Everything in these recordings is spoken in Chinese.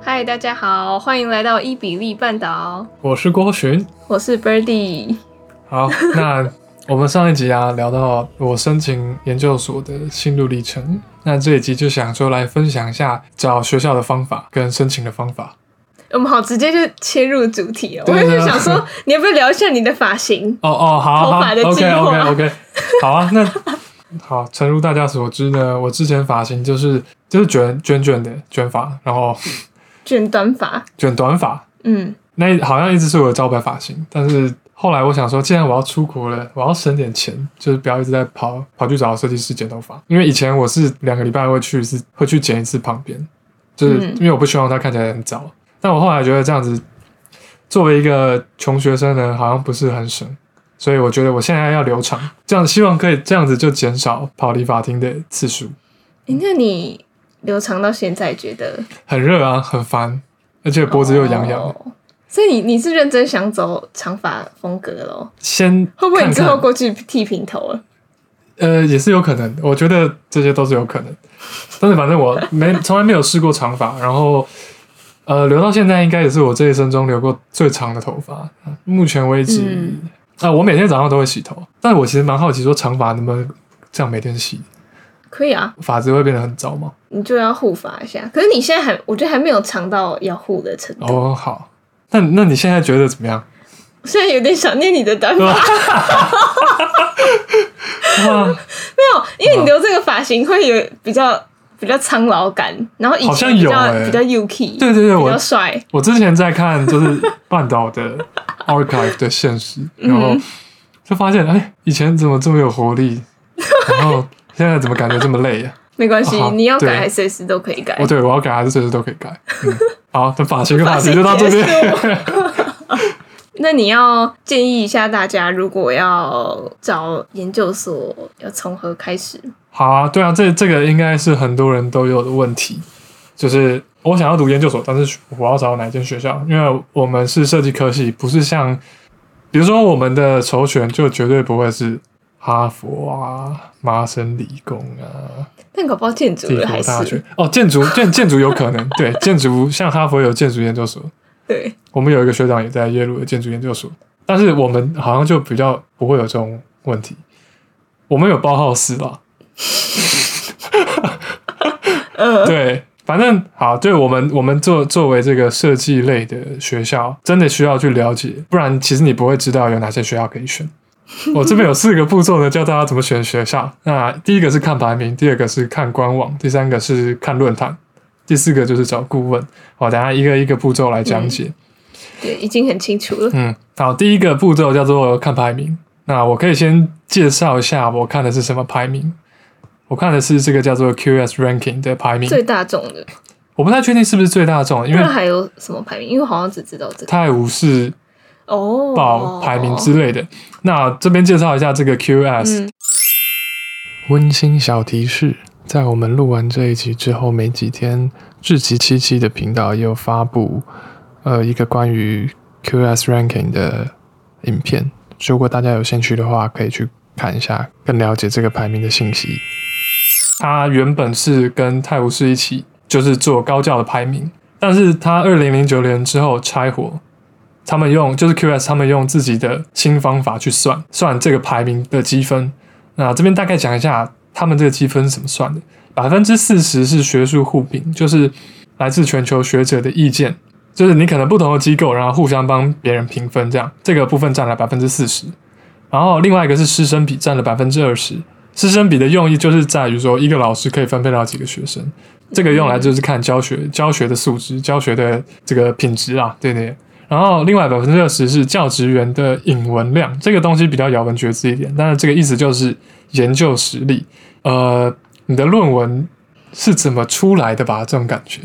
嗨，大家好，欢迎来到伊比利半岛，我是郭寻。我是 Birdy。 好，那我们上一集啊聊到我申请研究所的心路历程，那这一集就想说来分享一下找学校的方法跟申请的方法。我们好直接就切入主题哦，我对啊也是想说，你要不要聊一下你的发型？哦哦，好头好发的计，OK 划 OK OK，好啊，那 好，诚如大家所知呢，我之前发型就是就是卷卷卷的卷发，然后卷短发，卷短发，嗯，那好像一直是我的招牌发型，但是后来我想说，既然我要出国了，我要省点钱，就是不要一直在跑跑去找设计师剪头发，因为以前我是两个礼拜会去一次，会去剪一次旁边，就是嗯因为我不希望它看起来很糟。但我后来觉得这样子，作为一个穷学生呢，好像不是很省，所以我觉得我现在要留长，这样希望可以这样子就减少跑理发厅的次数。诶嗯那你留长到现在觉得很热啊，很烦，而且脖子又痒痒。哦所以你你是认真想走长发风格咯？先会不会你看之看后过去剃平头了？呃，也是有可能，我觉得这些都是有可能。但是反正我没从来没有试过长发，然后呃，留到现在应该也是我这一生中留过最长的头发。目前为止，啊、嗯我每天早上都会洗头，但我其实蛮好奇，说长发能不能这样每天洗，可以啊，发质会变得很糟吗？你就要护发一下。可是你现在还，我觉得还没有长到要护的程度。哦，好，那那你现在觉得怎 么样？我现在有点想念你的短发，对吧？哇，没有， 因哦为你留这个发型会有比较比较苍老感，然后以好前像比有较、欸比较 UK，对对对，比我较帅，我之前在看就是 半岛的 archive 的现实，然后就发现，哎，以前怎么这么有活力，然后现在怎么感觉这么累呀、没关系，哦好你要改对还随时都可以改哦，。对，我要改还是随时都可以改。嗯，好，那发型跟发发型型就到这结边。那你要建议一下大家，如果要找研究所，要从何开始？ 好啊，对啊，这这个应该是很多人都有的问题，就是我想要读研究所，但是我要找哪间学校？因为我们是设计科系，不是像，比如说我们的首选就绝对不会是哈佛啊、麻省理工啊。但搞不好建筑帝的国还大是学哦，建筑建建筑有可能对建筑，像哈佛有建筑研究所，对，我们有一个学长也在耶鲁的建筑研究所，但是我们好像就比较不会有这种问题，我们有包号四啦，嗯，对，反正好，对我们我们作作为这个设计类的学校，真的需要去了解，不然其实你不会知道有哪些学校可以选。我这边有四个步骤呢，教大家怎么选学校。那第一个是看排名，第二个是看官网，第三个是看论坛，第四个就是找顾问。好，等一下一个一个步骤来讲解。对，已经很清楚了。嗯，好，第一个步骤叫做看排名。那我可以先介绍一下我看的是什么排名。我看的是这个叫做 QS Ranking 的排名，最大众的，我不太确定是不是最大众，因为那还有什么排名？因为好像只知道这个泰晤士哦，报排名之类的。那这边介绍一下这个 QS、嗯，温馨小提示，在我们录完这一集之后没几天，志奇七七的频道也有发布呃一个关于 QS ranking 的影片，如果大家有兴趣的话，可以去看一下，更了解这个排名的信息。他原本是跟泰晤士一起，就是做高教的排名，但是他二零零九年之后拆伙，他们用就是 QS 他们用自己的新方法去算算这个排名的积分。那这边大概讲一下他们这个积分是怎么算的。百分之四十是学术互评，就是来自全球学者的意见，就是你可能不同的机构，然后互相帮别人评分，这样这个部分占了百分之四十。然后另外一个是师生比，占了百分之二十。师生比的用意就是在于说，一个老师可以分配到几个学生，这个用来就是看教学、教学的素质、教学的这个品质啊，对对。然后另外百分之二十是教职员的引文量，这个东西比较咬文嚼字一点，但是这个意思就是研究实力，呃，你的论文是怎么出来的吧？这种感觉，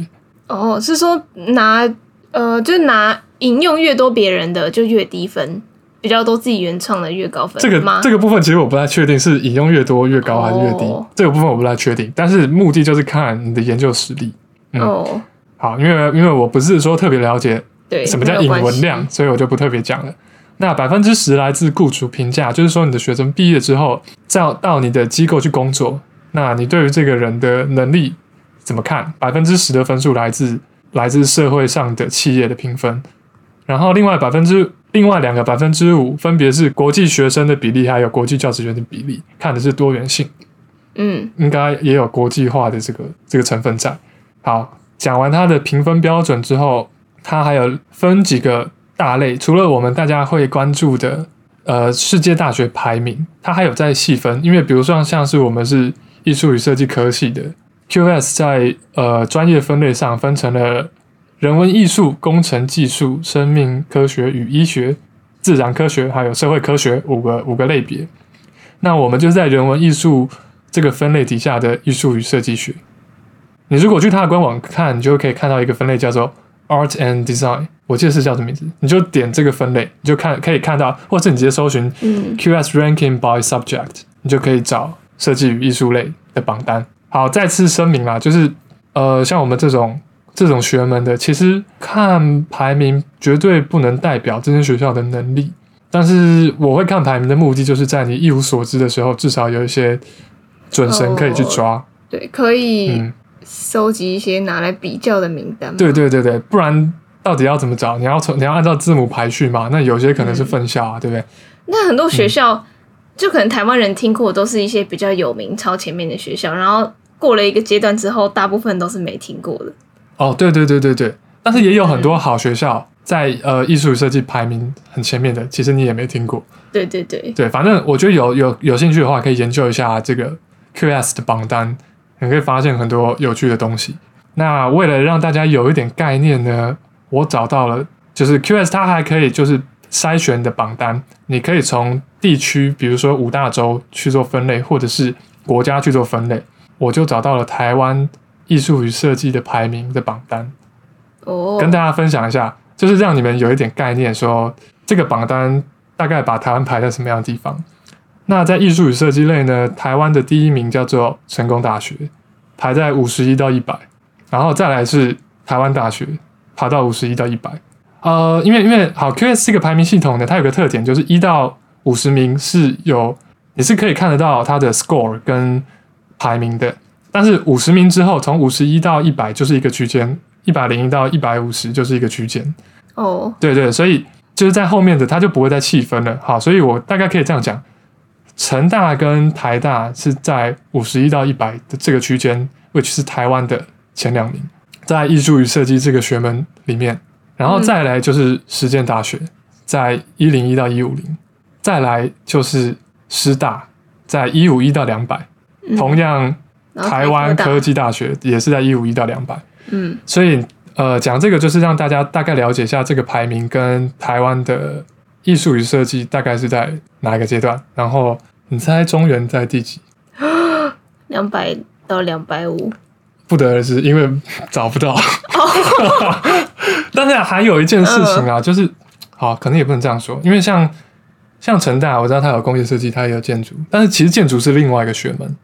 哦，是说拿呃，就拿引用越多别人的就越低分，比较多自己原创的越高分这个吗？这个部分其实我不太确定是引用越多越高还是越低，哦这个部分我不太确定，但是目的就是看你的研究实力。嗯哦，好，因为因为我不是说特别了解对，什么叫没有引关文系量，所以我就不特别讲了。那百分之十来自雇主评价，就是说你的学生毕业之后，到到你的机构去工作，那你对于这个人的能力怎么看？百分之十的分数来自来自社会上的企业的评分，然后另外百分之另外两个百分之五分别是国际学生的比例，还有国际教职员的比例，看的是多元性，嗯应该也有国际化的这个这个成分在。好，讲完它的评分标准之后，它还有分几个大类，除了我们大家会关注的呃世界大学排名，它还有在细分，因为比如说像是我们是艺术与设计科系的 QS 在呃专业分类上分成了人文艺术、工程技术、生命科学与医学、自然科学还有社会科学五个五个类别。那我们就在人文艺术这个分类底下的艺术与设计学。你如果去它的官网看，你就可以看到一个分类叫做 Art and Design，我记得是叫什么名字，你就点这个分类，你就看可以看到，或是你直接搜寻嗯 QS ranking by subject，你就可以找设计与艺术类的榜单。好，再次声明啦，就是呃，像我们这种这种学门的，其实看排名绝对不能代表这间学校的能力。但是我会看排名的目的，就是在你一无所知的时候，至少有一些准绳可以去抓。对，可以嗯，收集一些拿来比较的名单。对，对对对，不然到底要怎么找？你要从你要按照字母排序嘛？那有些可能是分校啊，对不对？那很多学校、就可能台湾人听过，都是一些比较有名、超前面的学校，然后过了一个阶段之后，大部分都是没听过的。哦，对对对对对，但是也有很多好学校在呃艺术设计排名很前面的，其实你也没听过。对对对，对，反正我觉得有有有兴趣的话，可以研究一下这个 QS 的榜单，你可以发现很多有趣的东西。那为了让大家有一点概念呢，我找到了，就是 QS 它还可以就是筛选的榜单，你可以从地区，比如说五大洲去做分类，或者是国家去做分类。我就找到了台湾艺术与设计的排名的榜单，哦，跟大家分享一下，就是让你们有一点概念说这个榜单大概把台湾排在什么样的地方。那在艺术与设计类呢，台湾的第一名叫做成功大学，排在五十一到一百，然后再来是台湾大学，爬到五十一到一百。呃，因为因为好 QS 这个排名系统呢，它有个特点就是一到五十名是有你是可以看得到它的 score 跟排名的，但是五十名之后，从五十一到一百就是一个区间，一百零一到一百五十就是一个区间。哦，对对，所以就是在后面的它就不会再细分了。好，所以我大概可以这样讲，成大跟台大是在五十一到一百的这个区间，which 是台湾的前两名，在艺术与设计这个学门里面，然后嗯再来就是实践大学，在一零一到一五零，再来就是师大，在一五一到两百，嗯同样然后台湾大科技大学也是在一五一到两百。嗯所以呃，讲这个就是让大家大概了解一下这个排名跟台湾的艺术与设计大概是在哪一个阶段。然后你猜中原在第几？两百到两百五，不得而知，因为找 不到。但是还有一件事情嗯啊，就是好，可能也不能这样说，因为像像成大，我知道它有工业设计，它也有建筑，但是其实建筑是另外一个学门，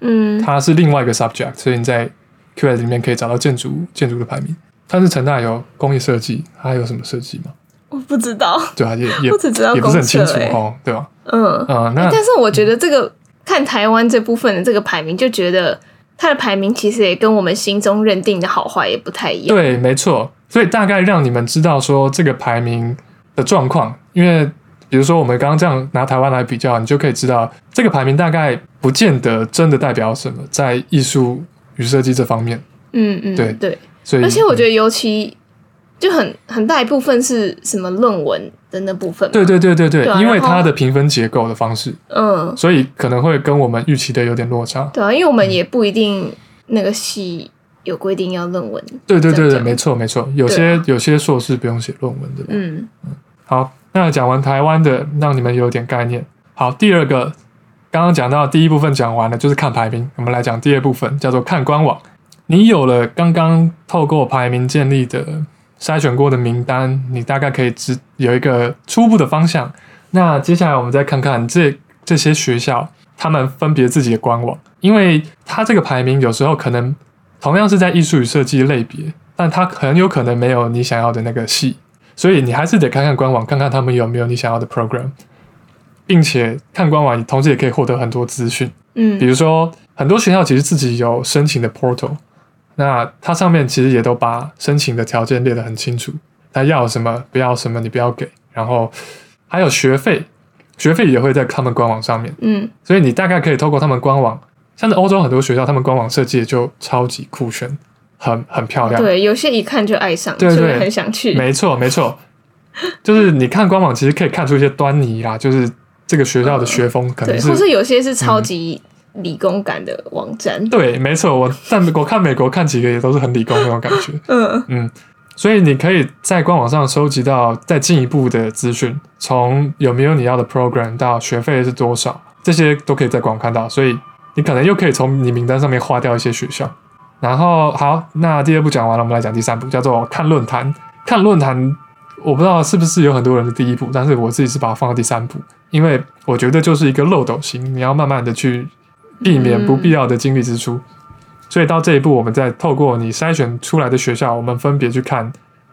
嗯它是另外一个 subject，所以你在 QS 里面可以找到建筑建筑的排名。但是成大有工业设计，它有什么设计吗？我不知道，对啊，也也我只知道也不是很公厕清楚欸哦，对吧？嗯。嗯、那但是我觉得这个看台湾这部分的这个排名，就觉得它的排名其实也跟我们心中认定的好坏也不太一样。对，没错。所以大概让你们知道说这个排名的状况，因为比如说我们刚刚这样拿台湾来比较，你就可以知道这个排名大概不见得真的代表什么，在艺术与设计这方面。嗯嗯，对对。所以，而且我觉得尤其就很很大一部分是什么论文的那部分嘛。对对对对对，对啊因为然后它的评分结构的方式，嗯，所以可能会跟我们预期的有点落差。对啊，因为我们也不一定那个系有规定要论文。对对对这对，样没错没错，有对些、有些硕士不用写论文的。嗯，好，那讲完台湾的，让你们有点概念。好，第二个，刚刚讲到第一部分讲完了，就是看排名。我们来讲第二部分，叫做看官网。你有了刚刚透过排名建立的筛选过的名单，你大概可以知有一个初步的方向。那接下来我们再看看这这些学校，他们分别自己的官网，因为它这个排名有时候可能同样是在艺术与设计类别，但它很有可能没有你想要的那个系，所以你还是得看看官网，看看他们有没有你想要的 program，并且看官网，你同时也可以获得很多资讯。比嗯如说，很多学校其实自己有申请的 portal，那它上面其实也都把申请的条件列得很清楚，它要什么不要什么，你不要给。然后还有学费，学费也会在他们官网上面，嗯，所以你大概可以透过他们官网，像是欧洲很多学校，他们官网设计的就超级酷炫，很很漂亮。对，有些一看就爱上，啊对对就会很想去。没错，没错，就是你看官网，其实可以看出一些端倪啦，就是这个学校的学风可嗯对，能或是嗯是有些是超级理工感的网站。对，没错。我在美国看美国看几个也都是很理工那种感觉，嗯，嗯。所以你可以在官网上收集到再进一步的资讯，从有没有你要的 program 到学费是多少，这些都可以在官网看到。所以你可能又可以从你名单上面划掉一些学校。然后好，那第二步讲完了，我们来讲第三步，叫做看论坛。看论坛，我不知道是不是有很多人的第一步，但是我自己是把它放到第三步，因为我觉得就是一个漏斗型，你要慢慢的去避免不必要的精力支出。所以到这一步，我们再透过你筛选出来的学校，我们分别去看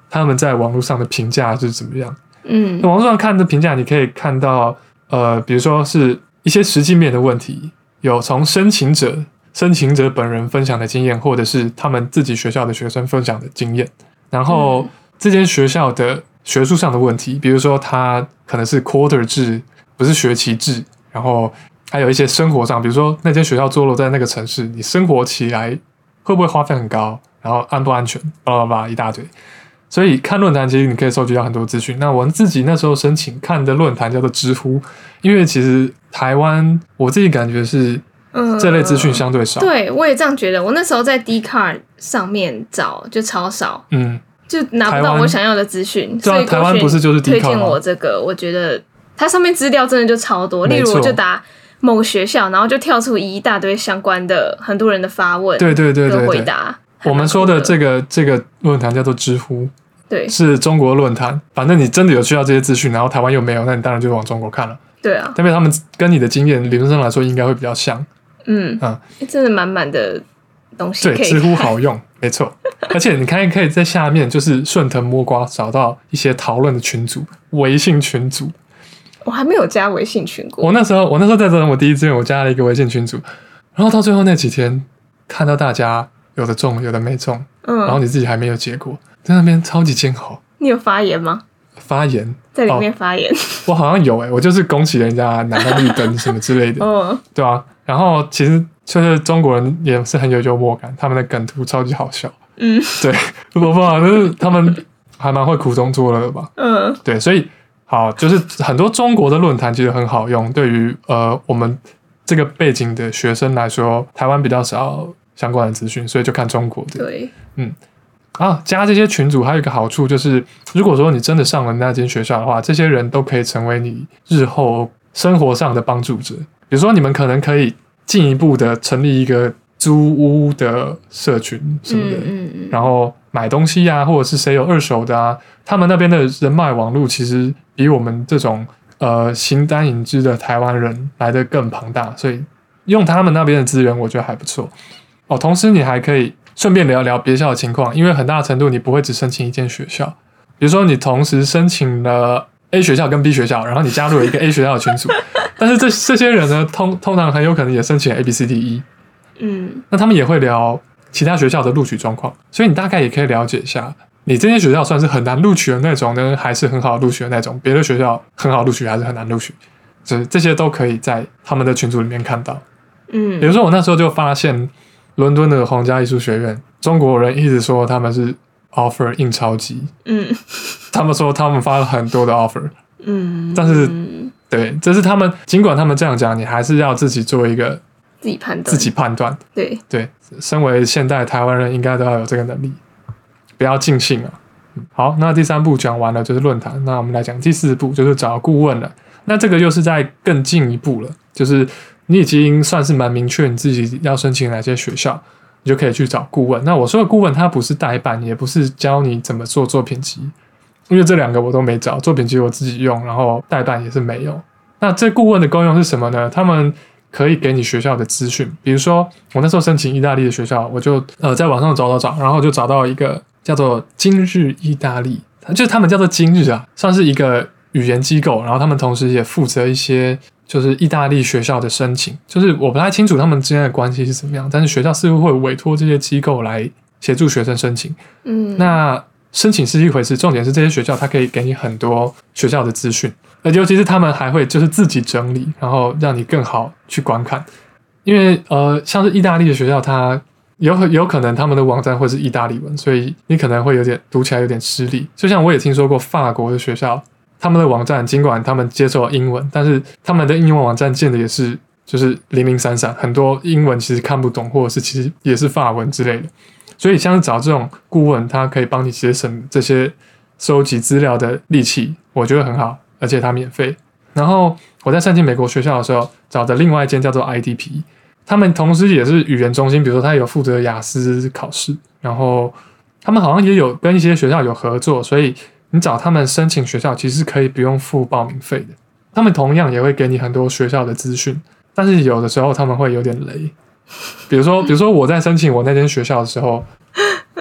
他们在网络上的评价是怎么样。嗯那网络上看的评价，你可以看到，呃，比如说是一些实际面的问题，有从申请者、申请者本人分享的经验，或者是他们自己学校的学生分享的经验。然后嗯这间学校的学术上的问题，比如说它可能是 quarter 制，不是学期制，然后还有一些生活上，比如说那间学校坐落在那个城市，你生活起来会不会花费很高，然后安不安全，巴拉巴拉一大堆。所以看论坛，其实你可以收集到很多资讯。那我自己那时候申请看的论坛叫做知乎，因为其实台湾我自己感觉是嗯，这类资讯相对少。对，我也这样觉得。我那时候在 d c a r 上面找就超少，嗯，就拿不台到湾我想要的资讯。对所啊，以台湾郭不是就是推 D 卡荐我吗？这个，我觉得它上面资料真的就超多。例没如，错我就打某学校，然后就跳出一大堆相关的很多人的发问对对对跟对回对。答。我们说还的蛮酷这个这个论坛叫做知乎，对是中国论坛。反正你真的有需要这些资讯，然后台湾又没有，那你当然就往中国看了。对啊，但是他们跟你的经验理论上来说应该会比较像。嗯，嗯真的满满的东西对，可以知乎好用，没错。而且你看，可以在下面就是顺藤摸瓜找到一些讨论的群组，微信群组。我还没有加微信群过。我那时候，我那时候在找我第一志愿，我加了一个微信群组，然后到最后那几天，看到大家有的中，有的没中，然后嗯，你自己还没有结果，在那边超级煎熬你有发言吗？发言。在里哦面发言？我好像有诶、我就是恭喜人家拿到绿灯什么之类 的，哦，对啊。然后其实就是中国人也是很有幽默感，他们的梗图超级好笑。嗯 对，我不好，就是他们还蛮会苦中作乐的吧？嗯对，所以好，就是很多中国的论坛其实很好用，对于呃我们这个背景的学生来说，台湾比较少相关的资讯，所以就看中国的。对，啊，加这些群组还有一个好处就是，如果说你真的上了那间学校的话，这些人都可以成为你日后生活上的帮助者。比如说，你们可能可以进一步的成立一个租屋的社群什么的，嗯嗯嗯，然后买东西啊，或者是谁有二手的啊，他们那边的人脉网络其实比我们这种呃形单影只的台湾人来的更庞大，所以用他们那边的资源，我觉得还不错。哦，同时你还可以顺便聊聊别校的情况，因为很大程度你不会只申请一间学校，比如说你同时申请了 A 学校跟 B 学校，然后你加入了一个 A 学校的群组， 但是这这些人呢，通通常很有可能也申请了 A B C D E，嗯那他们也会聊其他学校的录取状况，所以你大概也可以了解一下，你这间学校算是很难录取的那种呢，还是很好录取的那种？别的学校很好录取，还是很难录取？这这些都可以在他们的群组里面看到。比嗯如说，我那时候就发现，伦敦的皇家艺术学院，中国人一直说他们是 offer 印钞机，嗯他们说他们发了很多的 offer，嗯，但是嗯对，这是他们尽管他们这样讲，你还是要自己做一个自己判断，自己判断。对，对，身为现代台湾人，应该都要有这个能力，不要尽兴啊。嗯好，那第三步讲完了就是论坛，那我们来讲第四步，就是找顾问了。那这个又是在更进一步了，就是你已经算是蛮明确你自己要申请哪些学校，你就可以去找顾问。那我说的顾问，他不是代办，也不是教你怎么做作品集，因为这两个我都没找，作品集我自己用，然后代办也是没有。那这顾问的功用是什么呢？他们可以给你学校的资讯，比如说我那时候申请意大利的学校，我就呃在网上找找找，然后就找到一个叫做“今日意大利”，就是他们叫做“今日”啊，算是一个语言机构，然后他们同时也负责一些就是意大利学校的申请，就是我不太清楚他们之间的关系是怎么样，但是学校似乎会委托这些机构来协助学生申请。嗯，那申请是一回事，重点是这些学校它可以给你很多学校的资讯，呃，尤其是他们还会就是自己整理，然后让你更好去观看。因为呃，像是意大利的学校，它有很有可能他们的网站会是意大利文，所以你可能会有点读起来有点吃力。就像我也听说过法国的学校，他们的网站尽管他们接受了英文，但是他们的英文网站建的也是就是零零散散，很多英文其实看不懂，或者是其实也是法文之类的。所以像是找这种顾问，他可以帮你节省这些收集资料的力气，我觉得很好，而且它免费。然后我在申请美国学校的时候，找的另外一间叫做 IDP，他们同时也是语言中心，比如说他有负责雅思考试，然后他们好像也有跟一些学校有合作，所以你找他们申请学校，其实可以不用付报名费的。他们同样也会给你很多学校的资讯，但是有的时候他们会有点雷，比如说，比如说我在申请我那间学校的时候，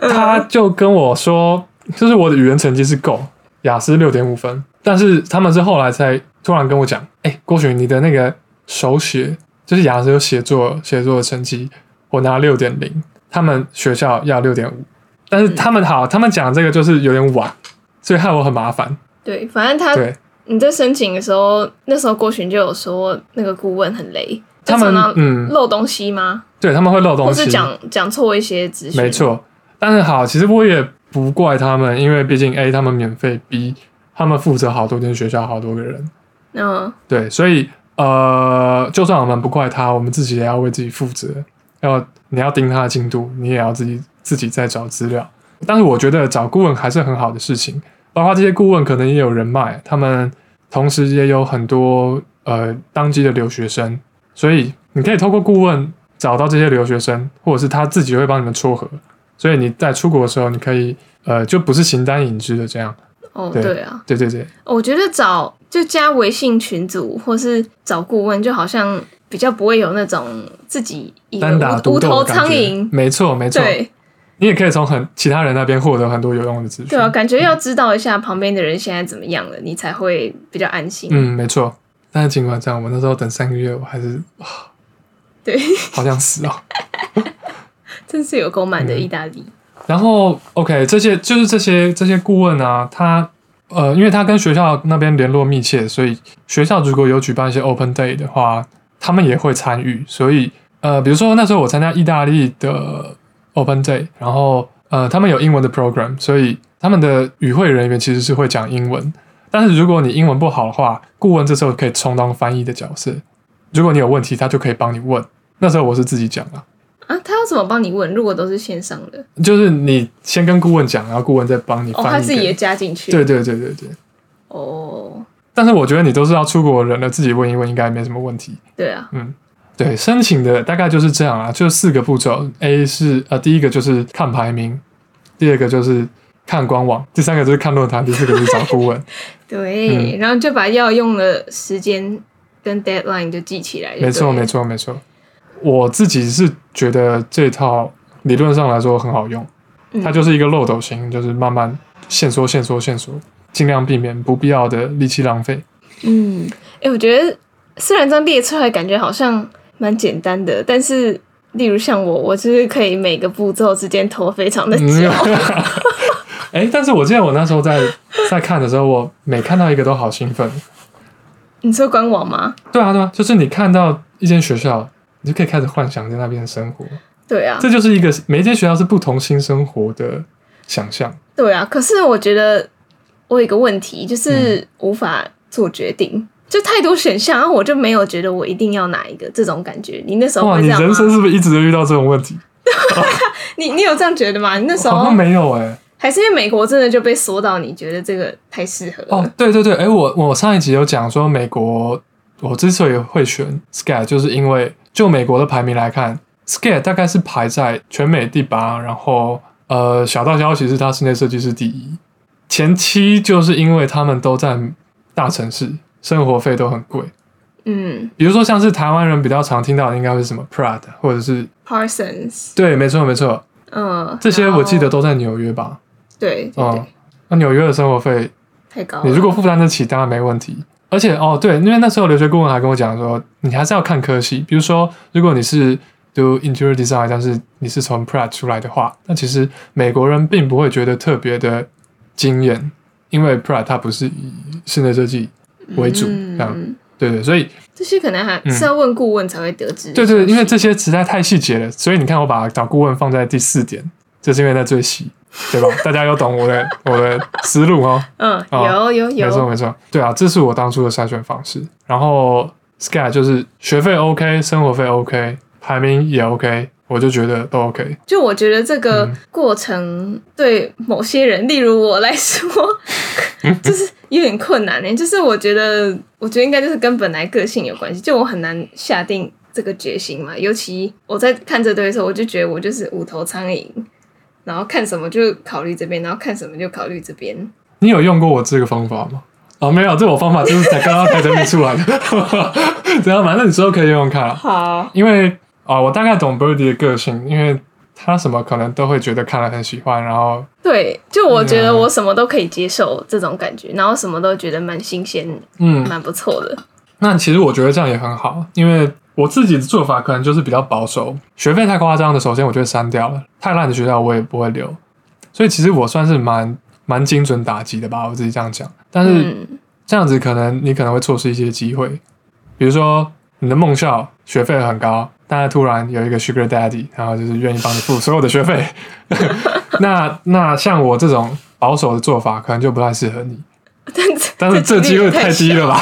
呃他就跟我说，就是我的语言成绩是够，雅思六点五分，但是他们是后来才突然跟我讲，哎、郭雪，你的那个手写，就是雅思有写作写作的成绩，我拿六点零，他们学校要六点五，但是他们好，他们讲这个就是有点晚，所以害我很麻烦。对，反正他对你在申请的时候，那时候郭群就有说那个顾问很雷，他们就常常嗯漏东西吗？对，他们会漏或东西，是讲讲错一些资讯？没，错，但是好，其实我也不怪他们，因为毕竟 A 他们免费，B 他们负责好多间学校，好多个人，嗯，对，所以呃，就算我们不怪他，我们自己也要为自己负责，要你要盯他的进度，你也要自己自己再找资料。但是我觉得找顾问还是很好的事情，包括这些顾问可能也有人脉，他们同时也有很多呃当季的留学生，所以你可以透过顾问找到这些留学生，或者是他自己会帮你们撮合。所以你在出国的时候，你可以呃就不是形单影只的这样。哦，对对啊，对对对，我觉得找就加微信群组或是找顾问，就好像比较不会有那种自己以为单打无独无斗头的感苍觉蝇。。没错没错，对你也可以从很其他人那边获得很多有用的资讯。对啊， 感觉要知道一下旁边的人现在怎么样了，你才会比较安心。嗯，没错。但是尽管这样，我那时候等三个月，我还是哇对，好想死哦。真是有够满的意大利。然后 OK，这些就是这些这些顾问啊，他呃，因为他跟学校那边联络密切，所以学校如果有举办一些 Open Day 的话，他们也会参与。所以呃，比如说那时候我参加意大利的 Open Day，然后呃，他们有英文的 program，所以他们的与会人员其实是会讲英文。但是如果你英文不好的话，顾问这时候可以充当翻译的角色。如果你有问题，他就可以帮你问。那时候我是自己讲啊，啊，他要怎么帮你问？如果都是线上的，就是你先跟顾问讲，然后顾问再帮你哦，嗯翻译给你。他自己也加进去。对对对对对。哦，但是我觉得你都是要出国的人了，自己问一问应该没什么问题。对啊，嗯，对，申请的大概就是这样啊，就四个步骤。A 是呃，第一个就是看排名，第二个就是看官网，第三个就是看论坛，第四个就是找 顾问。对，嗯然后就把要用的时间跟 deadline 就记起来。没错，没错。错，没错。我自己是觉得这套理论上来说很好用，嗯它就是一个漏斗型，就是慢慢限缩、限缩、限缩，尽量避免不必要的力气浪费。嗯，哎、我觉得虽然这样列出来感觉好像蛮简单的，但是例如像我，我就是可以每个步骤之间拖非常的嗯久。， 哎、但是我记得我那时候在在看的时候，我每看到一个都好兴奋。 你说官网吗？对啊，对啊，就是你看到一间学校，你就可以开始幻想在那边生活。对啊，这就是一个每一间学校是不同新生活的想象。对啊。可是我觉得我有一个问题，嗯就是无法做决定。就太多选项，然后我就没有觉得我一定要哪一个这种感觉。你那时候哇，会你这样人吗？生是不是一直都遇到这种问题？你你有这样觉得吗？你那时好候像没有哎、还是因为美国真的就被缩到，你觉得这个太适合了？哦，对对对，哎，我我上一集有讲说美国，我之所以会选 Sky，就是因为就美国的排名来看，Sky 大概是排在全美第八，然后呃，小道消息是它室内设计是第一，前期就是因为他们都在大城市，生活费都很贵。嗯比如说，像是台湾人比较常听到的，应该会是什么 Prada，或者是，Parsons，对，没错没错，嗯，这些我记得然后都在纽约吧？对对对、嗯，那纽约的生活费太高了。你如果负担得起，当然没问题。而且哦，对，因为那时候留学顾问还跟我讲说，你还是要看科系。比如说，如果你是 do interior design，但是你是从 Pratt 出来的话，那其实美国人并不会觉得特别的惊艳，因为 Pratt 它不是以室内设计为主，这样嗯，对对，所以这些可能还嗯是要问顾问才会得知。对对，因为这些实在太细节了，所以你看我把找顾问放在第四点，这是因为那最细，对吧？大家有懂我的我的思路哦。嗯，哦有有没错有，没错，对啊，这是我当初的筛选方式。然后 Sky 就是学费 OK，生活费 OK，排名也 OK，我就觉得都 OK。就我觉得这个嗯过程对某些人，例如我来说， 就是有点困难呢、就是我觉得，我觉得应该就是跟本来个性有关系，就我很难下定这个决心嘛。尤其我在看这堆的时候，我就觉得我就是无头苍蝇，然后看什么就考虑这边，然后看什么就考虑这边。你有用过我这个方法吗？哦，没有，这我方法就是在刚刚才整理出来的。 怎样？反正你之后可以用用看啊。好，因为啊、我大概懂 Birdy 的个性，因为他什么可能都会觉得看了很喜欢，然后对，就我觉得嗯我什么都可以接受这种感觉，然后什么都觉得蛮新鲜、嗯，蛮不错的。那其实我觉得这样也很好，因为我自己的做法可能就是比较保守，学费太夸张的，首先我就会删掉了；太烂的学校我也不会留，所以其实我算是蛮蛮精准打击的吧，我自己这样讲。但是嗯，这样子可能你可能会错失一些机会，比如说你的梦校学费很高，但是突然有一个 Sugar Daddy，然后就是愿意帮你付所有的学费，那那像我这种保守的做法可能就不太适合你，但但是这机会太低了吧？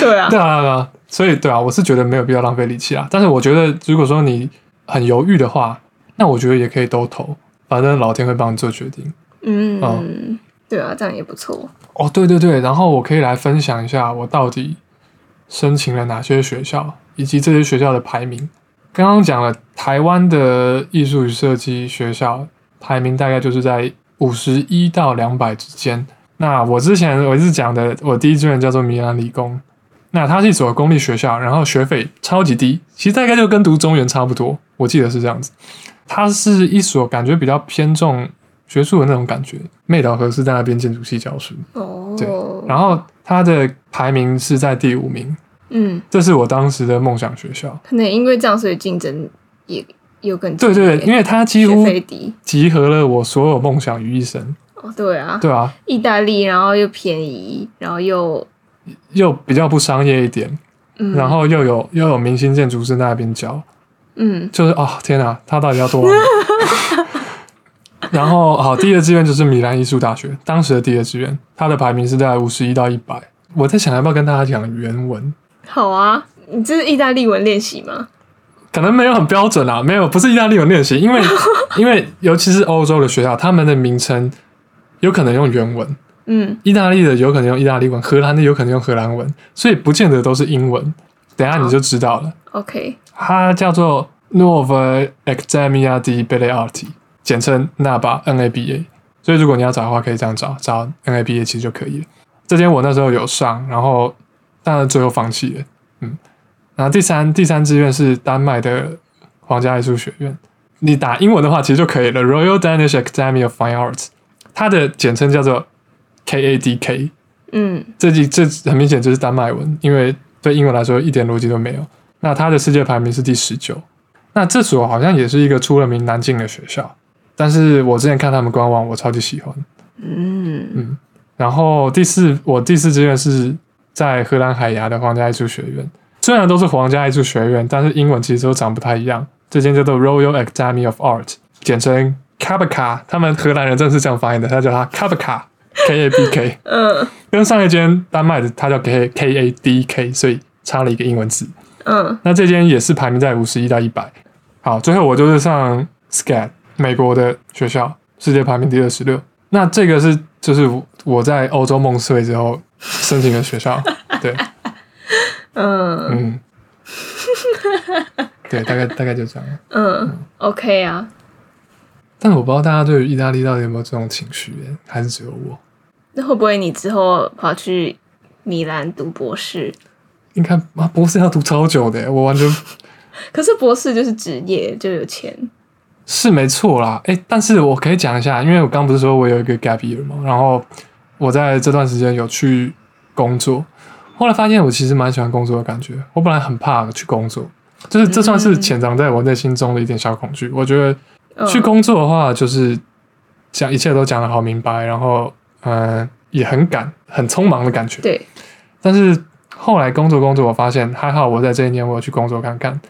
对啊，对啊，对啊，所以对啊，我是觉得没有必要浪费力气啊。但是我觉得，如果说你很犹豫的话，那我觉得也可以都投，反正老天会帮你做决定。嗯，哦对啊，这样也不错。哦，对对对，然后我可以来分享一下我到底申请了哪些学校，以及这些学校的排名。刚刚讲了台湾的艺术与设计学校排名大概就是在五十一到两百之间。那我之前我一直讲的，我第一志愿叫做米兰理工，那它是一所公立学校，然后学费超级低，其实大概就跟读中原差不多，我记得是这样子。它是一所感觉比较偏重学术的那种感觉，妹岛和是在那边建筑系教书，哦，对然后它的排名是在第五名，嗯，这是我当时的梦想学校。可能因为这样，所以竞争也又更激对烈对，对因为它几学乎费低集合了我所有梦想于一身，哦，对啊，对啊，意大利，然后又便宜，然后又又比较不商业一点，嗯，然后又有又有明星建筑师在那边教，嗯就是啊、天哪，他到底要多忙？ 然后好，第二志愿就是米兰艺术大学，当时的第二志愿，它的排名是在五十一到一百。我在想要不要跟大家讲原文，好啊，你这是意大利文练习吗？可能没有很标准啊，没有，不是意大利有练习，因为因为尤其是欧洲的学校，他们的名称有可能用原文，嗯，意大利的有可能用意大利文，荷兰的有可能用荷兰文，所以不见得都是英文。等一下你就知道了， OK，它叫做 Nuova Accademia di Belle Arti，简称 NABA NABA。所以如果你要找的话，可以这样找，找 NABA 其实就可以了。这间我那时候有上，然后当然最后放弃了。嗯，然后第三第三志愿是丹麦的皇家艺术学院，你打英文的话其实就可以了，Royal Danish Academy of Fine Arts，它的简称叫做 KADK。嗯这集这很明显就是丹麦文，因为对英文来说一点逻辑都没有。那它的世界排名是第十九，那这所好像也是一个出了名难进的学校，但是我之前看他们官网，我超级喜欢。嗯然后第四，我第四志愿是在荷兰海牙的皇家艺术学院，虽然都是皇家艺术学院，但是英文其实都长不太一样。这间叫做 Royal Academy of Art，简称 Kabaka，他们荷兰人正是这样发音的，他叫它 Kabaka，K A B K。嗯跟上一间丹麦的，它叫 K K A D K，所以差了一个英文字。嗯那这间也是排名在五十一到一百。好，最后我就是上 SCAD 美国的学校，世界排名第二十六。那这个是就是我我在欧洲梦碎之后申请的学校，对，嗯嗯，对，大概大概就这样。嗯，OK 啊，但我不知道大家对于意大利到底有没有这种情绪，欸还是只有我？那会不会你之后跑去米兰读博士？应该啊，博士要读超久的欸，我完全可是博士就是职业，就有钱。是没错啦，诶，但是我可以讲一下，因为我刚不是说我有一个 gap year 嘛，然后我在这段时间有去工作，后来发现我其实蛮喜欢工作的感觉。我本来很怕去工作，就是这算是潜藏在我内心中的一点小恐惧。我觉得嗯去工作的话，就是讲一切都讲的好明白，然后嗯、呃也很赶、很匆忙的感觉。对，但是后来工作工作，我发现还好，我在这一年我有去工作看看，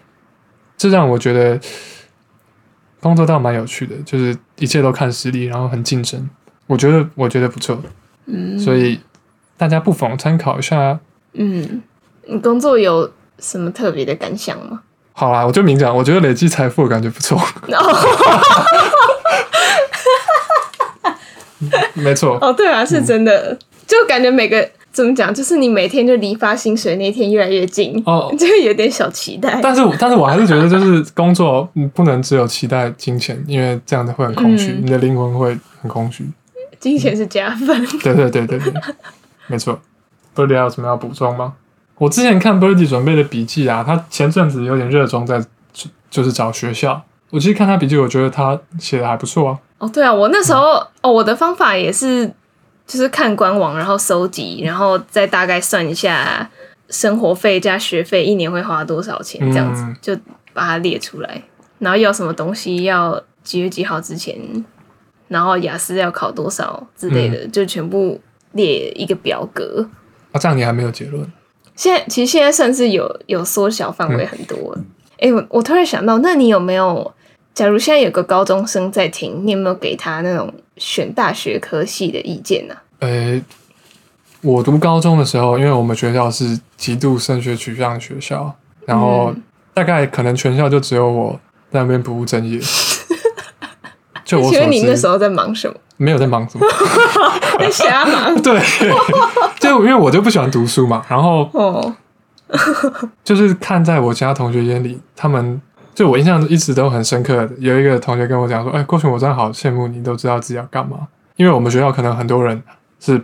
这让我觉得工作倒蛮有趣的，就是一切都看实力，然后很竞争，我觉得我觉得不错，嗯，所以大家不妨参考一下。嗯，你工作有什么特别的感想吗？好啦，我就明讲，我觉得累积财富的感觉不错。 没错，哦，对啊，嗯是真的，就感觉每个怎么讲，就是你每天就离发薪水那天越来越近，哦就有点小期待。 但是我但是我还是觉得，就是工作你不能只有期待金钱，因为这样子会很空虚，嗯你的灵魂会很空虚。 金钱是加分，对对对对对，没错。Birdy 还有什么要补充吗？我之前看 Birdy 准备的笔记啊，他前阵子有点热衷在就是找学校。我其实看他笔记，我觉得他写的还不错啊。哦，对啊，我那时候哦，我的方法也是，就是看官网，然后收集，然后再大概算一下生活费加学费一年会花多少钱，嗯这样子、就把它列出来，然后要什么东西要几月几号之前，然后雅思要考多少之类的，嗯就全部列一个表格。啊，这样你还没有结论？现在其实现在算是有有缩小范围很多嗯了。哎、我我突然想到，那你有没有？假如现在有个高中生在听，你有没有给他那种选大学科系的意见呢、呃，我读高中的时候，因为我们学校是极度升学取向的学校，然后嗯大概可能全校就只有我在那边不务正业。就我所请问你那时知，候在忙什么？没有在忙什么。在瞎忙 对，就因为我就不喜欢读书嘛，然后哦，就是看在我其他同学眼里，他们就我印象一直都很深刻的。有一个同学跟我讲说：“哎、郭群，我真的好羡慕你，都知道自己要干嘛。”因为我们学校可能很多人是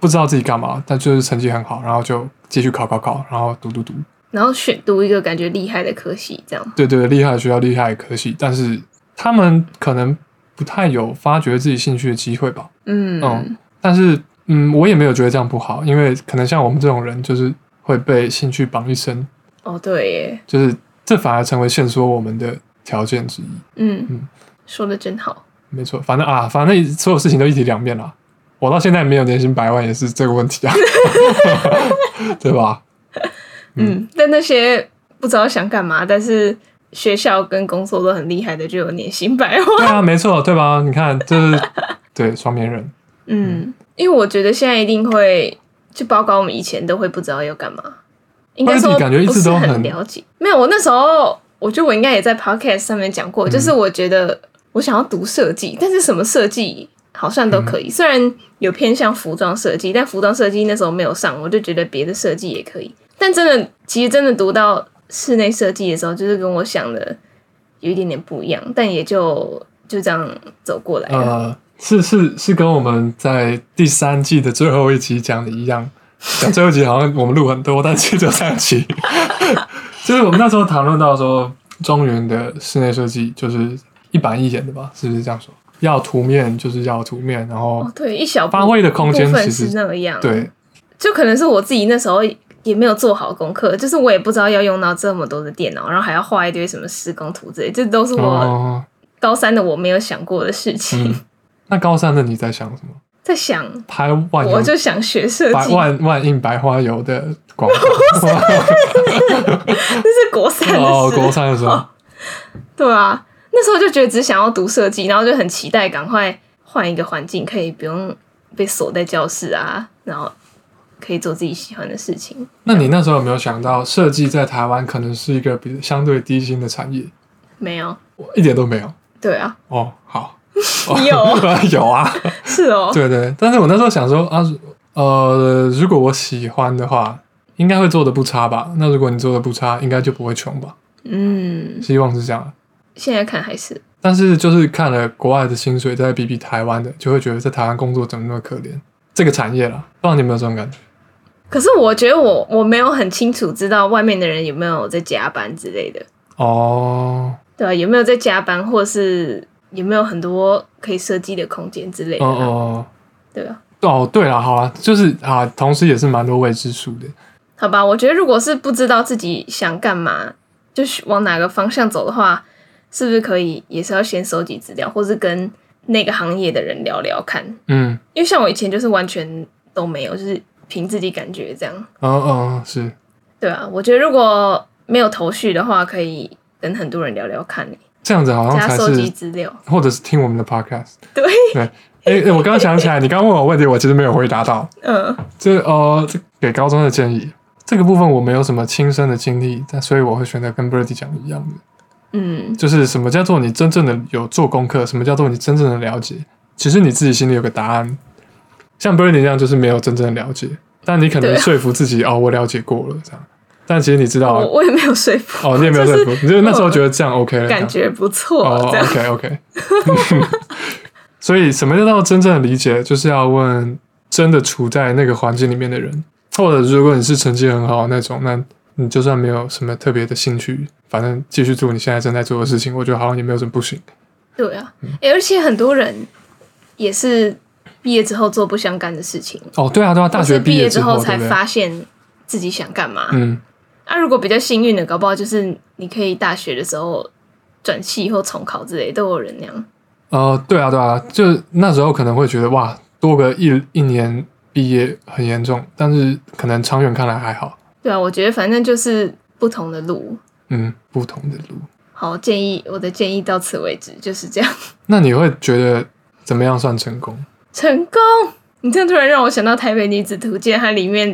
不知道自己干嘛，但就是成绩很好，然后就继续考考考，然后读读读，然后选读一个感觉厉害的科系，这样。对对，厉害的学校，厉害的科系，但是他们可能不太有发掘自己兴趣的机会吧。嗯，嗯但是，嗯，我也没有觉得这样不好，因为可能像我们这种人，就是会被兴趣绑一生，哦，对耶，就是这反而成为限缩我们的条件之一。嗯，嗯说的真好。没错，反正啊，反正所有事情都一体两面啦。我到现在没有年薪百万，也是这个问题啊，对吧？嗯嗯，但那些不知道想干嘛，但是学校跟工作都很厉害的，就有年薪百万。对啊，没错，对吧？你看，就是对双面人，嗯，因为我觉得现在一定会，就包括我们以前都会不知道要干嘛，应该但是说你感觉一直都不是很很了解。没有，我那时候我觉得我应该也在 podcast 上面讲嗯过，就是我觉得我想要读设计，但是什么设计好像都嗯可以，虽然有偏向服装设计，但服装设计那时候没有上，我就觉得别的设计也可以。但真的，其实真的读到室内设计的时候，就是跟我想的有一点点不一样，但也就就这样走过来了。呃，是是是跟我们在第三季的最后一集讲的一样，讲最后一集好像我们录很多，但其实只有三集。 就是我们那时候谈论到说，中原的室内设计就是一板一眼的吧，是不是这样说？要图面就是要图面，然后哦，对，一小部发挥的空间部分其实是那样，，对，就可能是我自己那时候也没有做好功课，就是我也不知道要用到这么多的电脑，然后还要画一堆什么施工图之类，这都是我哦，高三的我没有想过的事情。嗯， 那高三的你在想什么？在想，拍万我有就想学设百计，万万应百花油的广告，这是国三的 哦，事，国三的时 候，对啊，那时候就觉得只想要读设计，然后就很期待赶快换一个环境，可以不用被锁在教室啊，然后可以做自己喜欢的事情。那你那时候有没有想到，设计在台湾可能是一个比相对低薪的产业？没有，我一点都没有。对啊，哦，好，哦你有 有啊，是哦，对对。但是我那时候想说啊，呃，如果我喜欢的话，应该会做的不差吧？那如果你做的不差，应该就不会穷吧？嗯，希望是这样。现在看还是但是就是看了国外的薪水，再比比台湾的，就会觉得在台湾工作怎么那么可怜？这个产业啦，不知道你有没有这种感觉？可是我觉得我我没有很清楚知道外面的人有没有在加班之类的，哦，对啊吧、有没有在加班，或是有没有很多可以设计的空间之类的哦啊，哦哦。对啊吧、哦，对了，好了，就是啊，同时也是蛮多未知数的。好吧，我觉得如果是不知道自己想干嘛，就是往哪个方向走的话，是不是可以也是要先收集资料，或是跟那个行业的人聊聊看？嗯，因为像我以前就是完全都没有，就是凭自己感觉这样。哦哦是，对啊，我觉得如果没有头绪的话，可以跟很多人聊聊看、欸，这样子好像加才收集是，资料。或者是听我们的 podcast。对，哎、诶我刚刚想起来，你刚刚问我问题，我其实没有回答到。嗯这呃，这给高中的建议，这个部分我没有什么亲身的经历，但所以我会选择跟 Birdy 讲的一样的，嗯，就是什么叫做你真正的有做功课，什么叫做你真正的了解，其实你自己心里有个答案。像 Birdy 那样就是没有真正的了解，但你可对能啊说服自己、哦，我了解过了这样，但其实你知道我 我也没有说服，哦，你也没有说服，你就那时候嗯觉得这样 OK 了，这样感觉不错，哦呃这样。 ，OK OK。所以，什么叫做真正的理解？就是要问真的处在那个环境里面的人，或者如果你是成绩很好的那种，那你就算没有什么特别的兴趣，反正继续做你现在正在做的事情，我觉得好像也没有什么不行。对啊，诶而且很多人也是毕业之后做不相干的事情，哦，对啊，对啊，大或学是毕业之后才对不对发现自己想干嘛。嗯，啊，如果比较幸运的，搞不好就是你可以大学的时候转系或重考之类，都有人那样。呃，对啊，对啊，就那时候可能会觉得哇，多个一一年毕业很严重，但是可能长远看来还好。对啊，我觉得反正就是不同的路。嗯，不同的路。好，建议我的建议到此为止，就是这样。 那你会觉得怎么样算成功？成功！你这样突然让我想到《台北女子图鉴》，它里面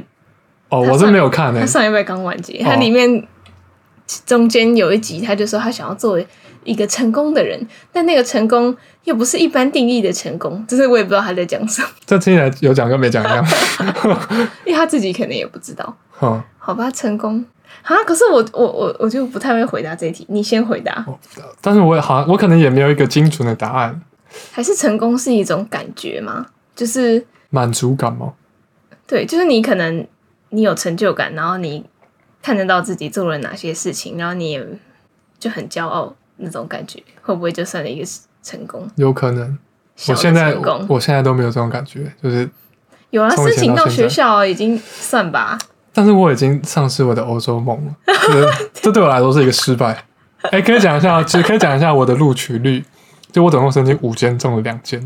哦，他我是算没有看诶、它上一拜刚完结，它哦里面中间有一集，他就说他想要作为一个成功的人，但那个成功又不是一般定义的成功，就是我也不知道他在讲什么， 这听起来有讲跟没讲一样。因为他自己可能也不知道。嗯，好吧，成功啊！可是我我我我就不太会回答这一题，你先回答。但是我也好像我可能也没有一个精准的答案，还是成功是一种感觉吗？就是满足感吗？对，就是你可能你有成就感，然后你看得到自己做了哪些事情，然后你也就很骄傲那种感觉，会不会就算一个成功？有可能。小我的现在成功我现在都没有这种感觉，就是，有啊，从以申前请到到现学在校已经算吧。但是我已经丧失我的欧洲梦了，就是这对我来说是一个失败。哎，可以讲一下，其实可以讲一下我的录取率，就我总共申请五间，中了两间，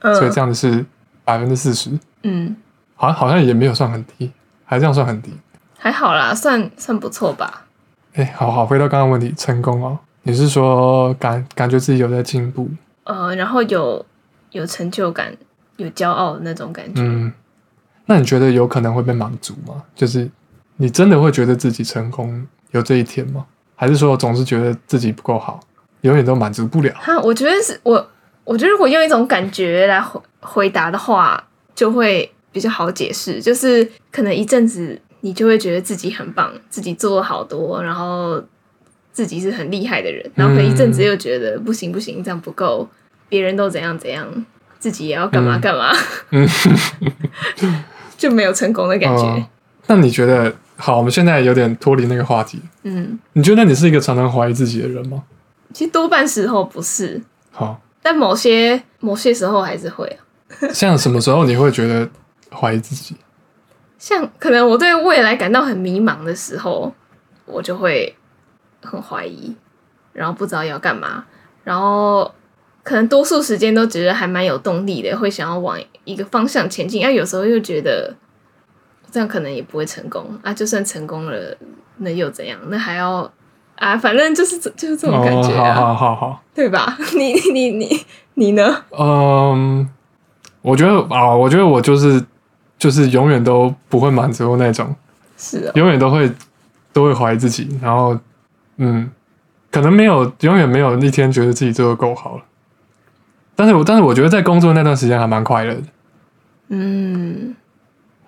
所以嗯这样子是百分之四十，嗯，好像好像也没有算很低，还这样算很低。还好啦，算算不错吧。哎，好好，回到刚刚问题，成功哦，你是说感感觉自己有在进步？呃，然后有有成就感，有骄傲的那种感觉。嗯，那你觉得有可能会被满足吗？就是你真的会觉得自己成功有这一天吗？还是说总是觉得自己不够好，永远都满足不了？哈，我觉得是我，我觉得如果用一种感觉来回回答的话，就会比较好解释。就是可能一阵子你就会觉得自己很棒，自己做了好多，然后自己是很厉害的人，然后可能一阵子又觉得不行不行，这样不够，别人都怎样怎样，自己也要干嘛嗯干嘛， 嗯就没有成功的感觉嗯。那你觉得，好，我们现在有点脱离那个话题，嗯，你觉得你是一个常常怀疑自己的人吗？其实多半时候不是，好，但某些某些时候还是会啊。像什么时候你会觉得怀疑自己？像可能我对未来感到很迷茫的时候，我就会很怀疑，然后不知道要干嘛，然后可能多数时间都觉得还蛮有动力的，会想要往一个方向前进。啊，有时候又觉得这样可能也不会成功啊，就算成功了，那又怎样？那还要啊，反正就是这就是这种感觉哦，好啊，好好好。对吧？ 你你你你你呢？嗯，我觉得啊，我觉得我就是就是永远都不会满足那种，是哦，永远都会都会怀疑自己，然后嗯，可能没有永远没有一天觉得自己做的够好了。但是我但是我觉得在工作那段时间还蛮快乐的，嗯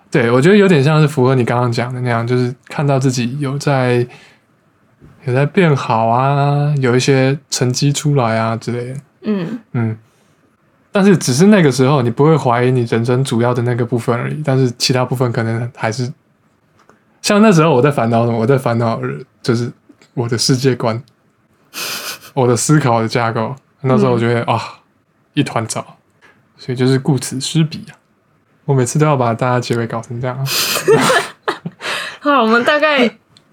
对我觉得有点像是符合你刚刚讲的那样，就是看到自己有在有在变好啊，有一些成绩出来啊之类的。嗯嗯，但是只是那个时候你不会怀疑你人生主要的那个部分而已，但是其他部分可能还是像那时候我在烦恼什么，我在烦恼就是我的世界 观，我的思考的架构。那嗯时候我觉得、啊，一团糟，所以就是顾此失彼啊。 我每次都要把大家结尾搞成这样啊，好，我们大概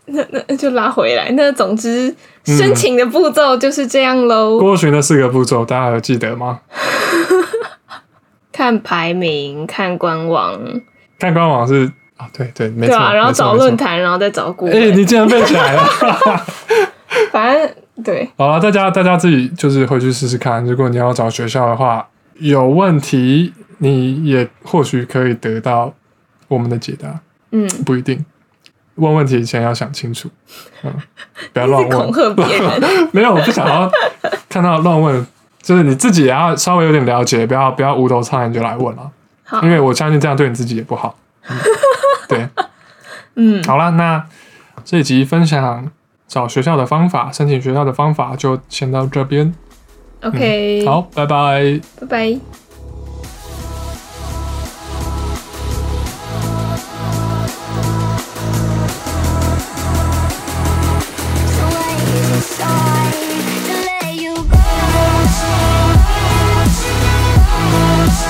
那那就拉回来。那总之，申请的步骤就是这样喽。郭寻的四个步骤，大家有记得吗？看排名，看官网，看官网是啊，对对，没对错，啊，然后没错找没错论坛，然后再找顾哎、问。你竟然背起 来了！ 反正对，好了，大家大家自己就是回去试试看。如果你要找学校的话，有问题你也或许可以得到我们的解答，嗯，不一定。问问题前要想清楚，嗯，不要乱是恐问。吓别人。 没有，我不想要看到乱问，就是你自己也要稍微有点了解，不要不要无头苍蝇就来问了，好因为我相信这样对你自己也不 好。嗯对，嗯，好了，那这一集分享找学校的方法、申请学校的方法就先到这边。 OK，好，拜拜。拜拜。